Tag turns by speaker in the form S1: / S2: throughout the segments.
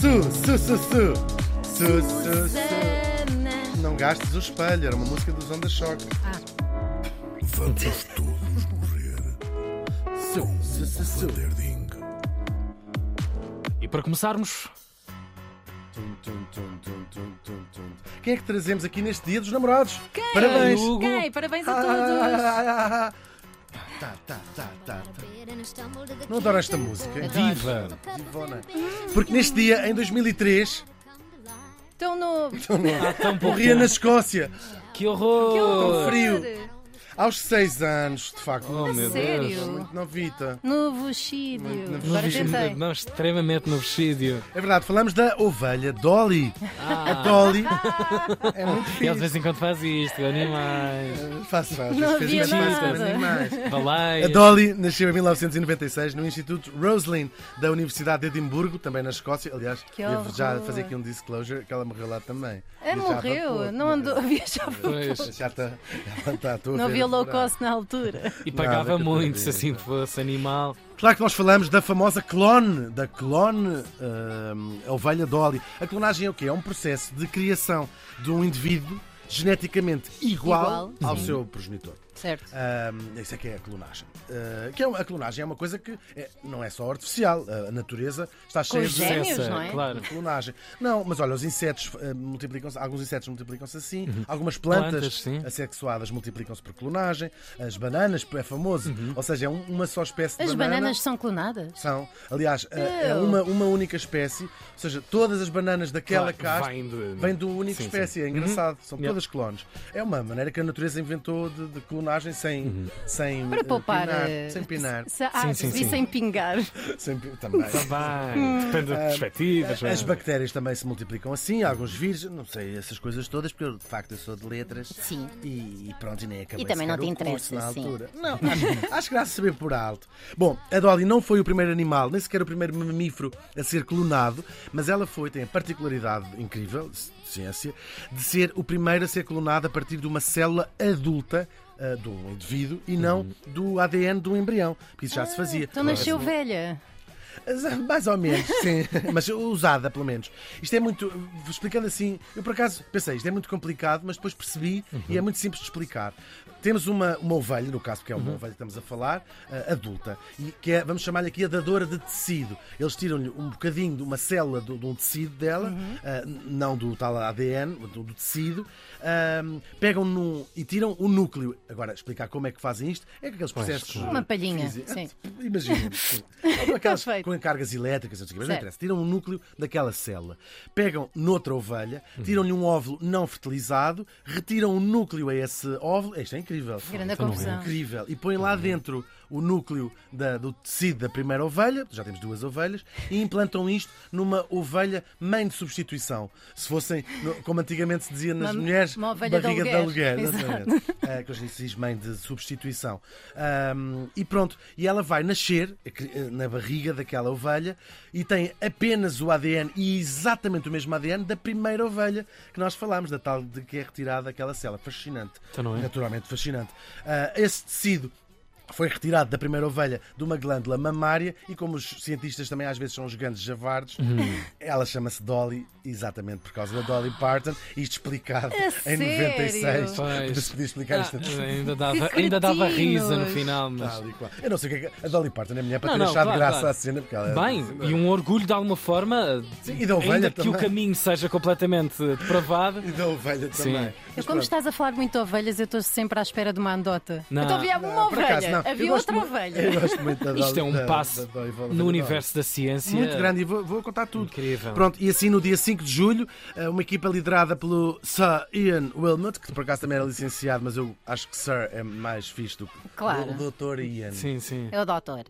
S1: Su, su, su, su. Su, su, su. Não gastes o espelho, era uma música dos Onda Choque.
S2: Vamos todos morrer
S1: Su, su, su, su.
S2: Vanderding.
S3: E para começarmos,
S1: Tum, tum, tum, tum, tum, tum, tum. Quem é que trazemos aqui neste dia dos namorados? Parabéns!
S3: Hugo.
S4: Ok, parabéns a todos!
S1: Ah, Tá, tá, tá, tá, tá. Não adoro esta música.
S3: Diva.
S1: Divona. Porque neste dia, em 2003,
S4: Estão no.
S3: Tão pouco.
S1: morria na Escócia,
S3: Que horror!
S4: Que
S1: com frio, aos 6 anos, de facto.
S3: Oh, meu
S4: Sério?
S3: Deus.
S1: Muito novita.
S4: No vestido.
S1: Novo
S4: Agora
S1: vestido.
S4: tentei.
S3: Não, extremamente no vestido.
S1: É verdade, falamos da ovelha Dolly.
S4: Ah.
S1: A Dolly é muito
S3: Ele de
S1: fixe.
S3: vez em quando faz isto, animais,
S1: Faz, faz,
S4: Não
S1: fez
S4: havia
S1: mesmo mais
S4: nada. É.
S1: com animais. A
S3: baleias.
S1: Dolly nasceu em 1996 no Instituto Roslin da Universidade de Edimburgo, também na Escócia. Aliás,
S4: Que
S1: devo já
S4: horror.
S1: fazer aqui um disclosure que ela morreu lá também.
S4: Ah,
S1: Viajava
S4: morreu,
S1: pouco,
S4: não
S1: morreu.
S4: andou, viajava.
S3: Pois.
S1: Já está, ela está à toa
S4: Não
S1: ver
S4: havia
S1: a
S4: low
S1: temporada.
S4: cost na altura.
S3: E pagava
S1: Nada que eu
S3: muito
S1: tenha
S3: se assim fosse animal.
S1: Claro que nós falamos da famosa clone, da clone hum, a ovelha Dolly. A clonagem é o quê? É um processo de criação de um indivíduo geneticamente igual,
S4: Igual,
S1: ao
S3: Uhum.
S4: sim.
S1: seu progenitor.
S4: Certo.
S1: Hum, isso é que é a clonagem. Uh, que é, um- a clonagem é uma coisa que é- não é só artificial. A natureza está cheia de
S4: gêmeos,
S1: processo
S4: não é?
S3: Claro.
S1: de clonagem. Não, mas olha, os insetos eh, multiplicam-se, alguns insetos multiplicam-se assim, algumas plantas,
S3: Uhum. Plantas, sim.
S1: assexuadas multiplicam-se por clonagem, as bananas é famoso,
S3: Uhum.
S1: ou seja, é um- uma só espécie de
S4: As
S1: banana.
S4: bananas são clonadas?
S1: São, aliás, é é
S4: Eu.
S1: uma, uma única espécie, ou seja, todas as bananas daquela
S3: Claro,
S1: casta
S3: vem de-
S1: vêm de uma única
S3: Sim, sim.
S1: espécie, é engraçado, são
S3: Yeah.
S1: todas clones. É uma maneira que a natureza inventou de, de clonagem sem, sem eh,
S4: Para poupar.
S1: pinar,
S4: eh,
S1: sem pinar,
S4: se- Ah,
S3: Sim, sim,
S4: vi
S3: sim.
S4: sem pingar. Então
S1: sem pi- também.
S3: Bem, depende da perspectiva.
S1: Hum. As bactérias também se multiplicam assim, alguns vírus, não sei, essas coisas todas, porque eu, de facto eu sou de letras.
S4: Sim.
S1: E, e pronto, e nem acabei
S4: E também
S1: sequer
S4: não te
S1: o curso
S4: interessa,
S1: na
S4: sim.
S1: altura. Não, acho, acho graça saber por alto. Bom, a Dolly não foi o primeiro animal, nem sequer o primeiro mamífero a ser clonado, mas ela foi, tem a particularidade incrível, c- ciência, de ser o primeiro a ser clonado a partir de uma célula adulta. ah, Do indivíduo e não do ADN do um embrião, porque isso já se fazia.
S4: Então nasceu velha.
S1: Mais ou menos, sim. mas usada, pelo menos. Isto é muito. Explicando assim, eu por acaso pensei, isto é muito complicado, mas depois percebi e é muito simples de explicar. Temos uma, uma ovelha, no caso, porque é
S4: Uhum.
S1: uma ovelha que estamos a falar, ah, adulta, e que é, vamos chamar-lhe aqui a dadora de tecido. Eles tiram-lhe um bocadinho de uma célula do- de um tecido dela,
S4: Uhum.
S1: ah, não do tal ADN, do, do tecido, ah, pegam num e tiram o núcleo. Agora, explicar como é que fazem isto é que aqueles processos.
S4: Uma palhinha,
S1: físicos-
S4: sim.
S1: Imagina. sim. Ou Aquelas
S4: Perfeito.
S1: com cargas elétricas, não sei o quê, mas não
S4: Certo.
S1: interessa. Tiram o núcleo daquela célula, pegam noutra ovelha, tiram-lhe um óvulo não fertilizado, retiram o núcleo a esse óvulo. Isto é incrível.
S4: Grande confusão.
S1: Incrível. E põem lá dentro o núcleo da- do tecido da primeira ovelha, já temos duas ovelhas, e implantam isto numa ovelha mãe de substituição. Se fossem, no- como antigamente se dizia nas
S4: Uma-
S1: mulheres,
S4: uma ovelha de
S1: barriga de
S4: aluguer.
S1: aluguer. exatamente. Ah, que hoje se diz mãe de substituição. Ahm, e pronto, e ela vai nascer eh, cri- eh, na barriga daquela ovelha e tem apenas o ADN e exatamente o mesmo ADN da primeira ovelha que nós falámos, da tal de que é retirada aquela célula. Fascinante.
S3: Então não é?
S1: Naturalmente fascinante. Ah, esse tecido foi retirado da primeira ovelha de uma glândula mamária e como os cientistas também às vezes são os grandes javardos,
S3: Uhum.
S1: ela chama-se Dolly exatamente por causa da Dolly Parton, isto explicado em
S4: sério?
S1: 96.
S3: Pois.
S1: Não se podia explicar isto antes.
S3: Ah, ainda, dava,
S4: Que
S3: ainda dava risa no
S4: cretinos.
S3: final, mas.
S1: Tal e qual. Eu não sei o que é que a Dolly Parton é a mulher para
S3: Não,
S1: ter
S3: não,
S1: achado
S3: claro,
S1: graça
S3: claro.
S1: à cena. Porque ela, é
S3: Bem, e um orgulho de alguma forma,
S1: Sim, e da ovelha
S3: ainda que o
S1: também.
S3: caminho seja completamente depravado.
S1: E da ovelha
S3: Sim. É
S1: também.
S4: Eu, como estás a falar muito de ovelhas, eu estou sempre à espera de uma andota.
S3: Não.
S4: Então havia uma
S1: por acaso,
S4: ovelha,
S1: não. Eu
S4: havia
S1: gosto
S4: outra
S1: muito-
S4: ovelha.
S1: Eu gosto muito da Dolly-
S3: Isto é
S1: da-
S3: um
S1: da
S3: passo
S1: Dolly- da Dolly.
S3: no universo da ciência.
S1: Muito grande, e vou, vou contar tudo.
S3: Incrível.
S1: Pronto, e assim no dia 5 de julho, eh, uma equipa liderada pelo Sir Ian Wilmot, que por acaso também era licenciado, mas eu acho que Sir é mais fixe do que
S4: Claro.
S1: o Dr. Ian.
S3: Sim, sim.
S4: É o doutor.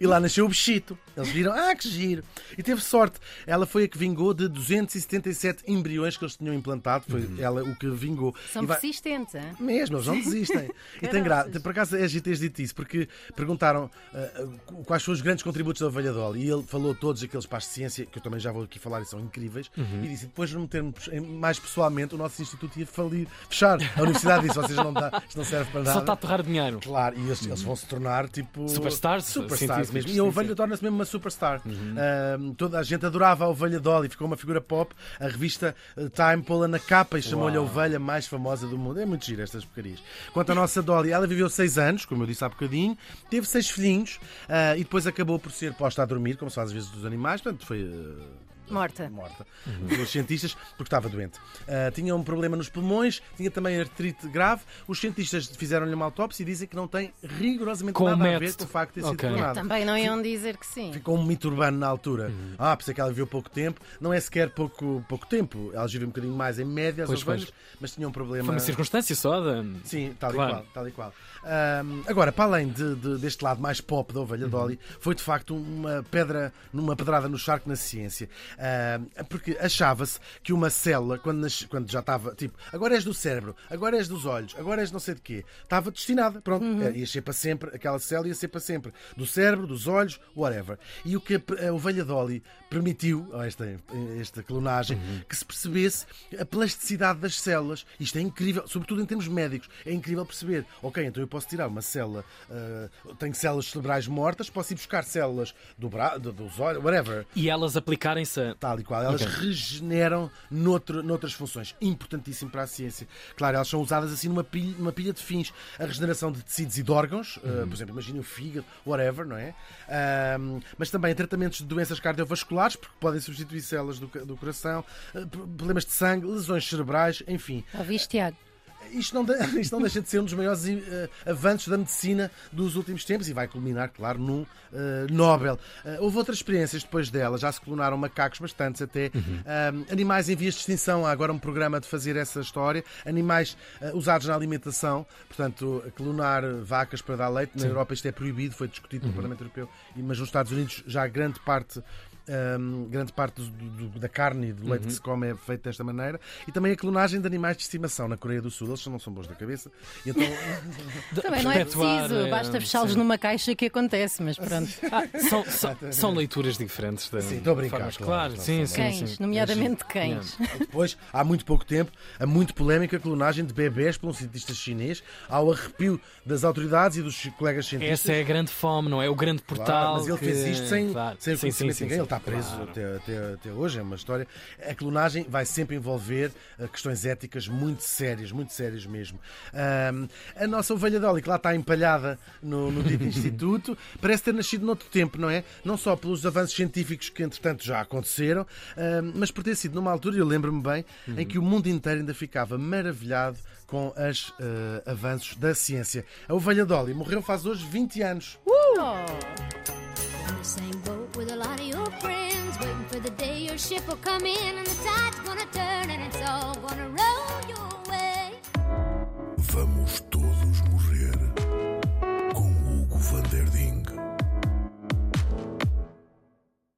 S1: E lá nasceu o bichito. Eles viram, ah, que giro. E teve sorte. Ela foi a que vingou de 277 embriões que eles tinham implantado. Foi
S3: Uhum.
S1: ela o que vingou.
S4: São
S1: E vai-
S4: persistentes, hein?
S1: mesmo, eles não desistem. e tem graça. Por acaso é GTs dito isso, porque perguntaram ah, ah, qu- quais foram os grandes contributos da ovelha Dolly e ele falou todos aqueles para a ciência, que eu também já vou aqui falar e são incríveis,
S3: Uhum.
S1: e disse, depois de metermos em- mais pessoalmente, o nosso instituto ia falir, fechar. A universidade disse, vocês não, dá, isto não serve para nada.
S3: Só está a torrar dinheiro.
S1: Claro, e eles, eles vão se tornar tipo.
S3: Uhum. Superstars,
S1: Superstars
S3: científicos,
S1: mesmo. E
S3: sim,
S1: a ovelha
S3: sim. Uhum.
S1: torna-se mesmo uma superstar. Ahm, toda a gente adorava a ovelha Dolly, ficou uma figura pop. A revista eh, Time pô-la na capa e chamou-lhe a ovelha mais famosa do mundo. É muito giro estas porcarias. Quanto à nossa Dolly, ela viveu seis anos, como eu disse há bocadinho, teve seis filhinhos ah, e depois acabou por ser posta a dormir, como se faz às vezes dos animais, portanto foi. eh,
S4: Morta.
S1: morta pelos cientistas porque estava doente. Ah, tinha um problema nos pulmões, tinha também artrite grave. Os cientistas fizeram-lhe uma autópsia e dizem que não tem rigorosamente
S3: Com
S1: nada a ver com
S3: método.
S1: o facto de ter sido
S3: Ok.
S1: clonada.
S4: Também não iam dizer que sim.
S1: Ficou um mito urbano na altura.
S3: Uhum.
S1: Ah, por isso é que ela viveu pouco tempo. Não é sequer pouco, pouco tempo. Ela viveu um bocadinho mais em média, as
S3: Pois, pois.
S1: ovelhas, mas tinha um problema.
S3: Foi uma circunstância só da.
S1: Sim, tal
S3: Claro.
S1: e qual. Tal e qual. Ahm, agora, para além de- de- deste lado mais pop da ovelha Dolly, foi de facto uma pedra, numa pedrada no charco na ciência. Ahm, porque achava-se que uma célula, quando, nas- quando já estava, tipo, agora és do cérebro, agora és dos olhos, agora és não sei de quê, estava destinada. Pronto, eh, ia ser para sempre, aquela célula ia ser para sempre. Do cérebro, dos olhos, whatever. E o que a pe- a ovelha Dolly permitiu, a esta, a esta clonagem, que se percebesse a plasticidade das células. Isto é incrível, sobretudo em termos médicos. É incrível perceber. Ok, então eu posso tirar uma célula, ah, tenho células cerebrais mortas, posso ir buscar células do bra... do- dos olhos, whatever
S3: E elas aplicarem-se a.
S1: tal e qual. Elas
S3: Ok.
S1: regeneram noutro, noutras funções. Importantíssimo para a ciência. Claro, elas são usadas assim numa pilha, numa pilha de fins. A regeneração de tecidos e de órgãos, eh, por exemplo, imagina o fígado, whatever, não é? Ahm, mas também tratamentos de doenças cardiovasculares, porque podem substituir células do, ca- do coração, eh, pro- problemas de sangue, lesões cerebrais, enfim.
S4: Ouviste, Tiago?
S1: Isto não, de- isto não deixa de ser um dos maiores eh, avanços da medicina dos últimos tempos e vai culminar, claro, num eh, Nobel. Eh, houve outras experiências depois dela, já se clonaram macacos bastantes até. Ah, animais em vias de extinção, há agora um programa de fazer essa história. Animais eh, usados na alimentação, portanto, clonar eh, vacas para dar leite. Na Europa isto é proibido, foi discutido no Parlamento Europeu, e- mas nos Estados Unidos já há grande parte Hum, grande parte do- do- da carne e do leite que se come é feito desta maneira. E também a clonagem de animais de estimação na Coreia do Sul. Eles não são bons da cabeça. E então,
S4: Também não é
S3: perpetuar,
S4: preciso,
S3: eh,
S4: basta fechá-los
S3: sim.
S4: numa caixa que acontece, mas pronto.
S3: Ah, são, são, são leituras diferentes da.
S1: Sim, estou a brincar,
S3: formas-
S1: claro,
S3: Claro,
S1: claro,
S3: sim, sim, sim.
S4: Cães, nomeadamente cães.
S1: depois, há muito pouco tempo, a muito polémica clonagem de bebés por um cientista chinês, ao arrepio das autoridades e dos colegas cientistas.
S3: Essa é a grande fome, não é? O grande portal.
S1: Claro, mas ele
S3: que-
S1: fez isto sem,
S3: Claro.
S1: sem o
S3: Sim, sim,
S1: conhecimento
S3: sim,
S1: de ninguém.
S3: sim.
S1: Ele está preso
S3: Claro.
S1: até, até- até hoje, é uma história. A clonagem vai sempre envolver eh, questões éticas muito sérias, muito sérias mesmo. Ahm, a nossa ovelha Dolly, que lá está empalhada no, no dito instituto, parece ter nascido noutro tempo, não é? Não só pelos avanços científicos que, entretanto, já aconteceram, ahm, mas por ter sido numa altura, eu lembro-me bem, em
S3: Uhum.
S1: que o mundo inteiro ainda ficava maravilhado com os avanços da ciência. A ovelha Dolly morreu faz hoje 20 anos.
S5: in the same boat with a lot of your friends, waiting for the day your ship will come in and the tide's gonna turn and it's all gonna roll your way.
S2: Vamos todos.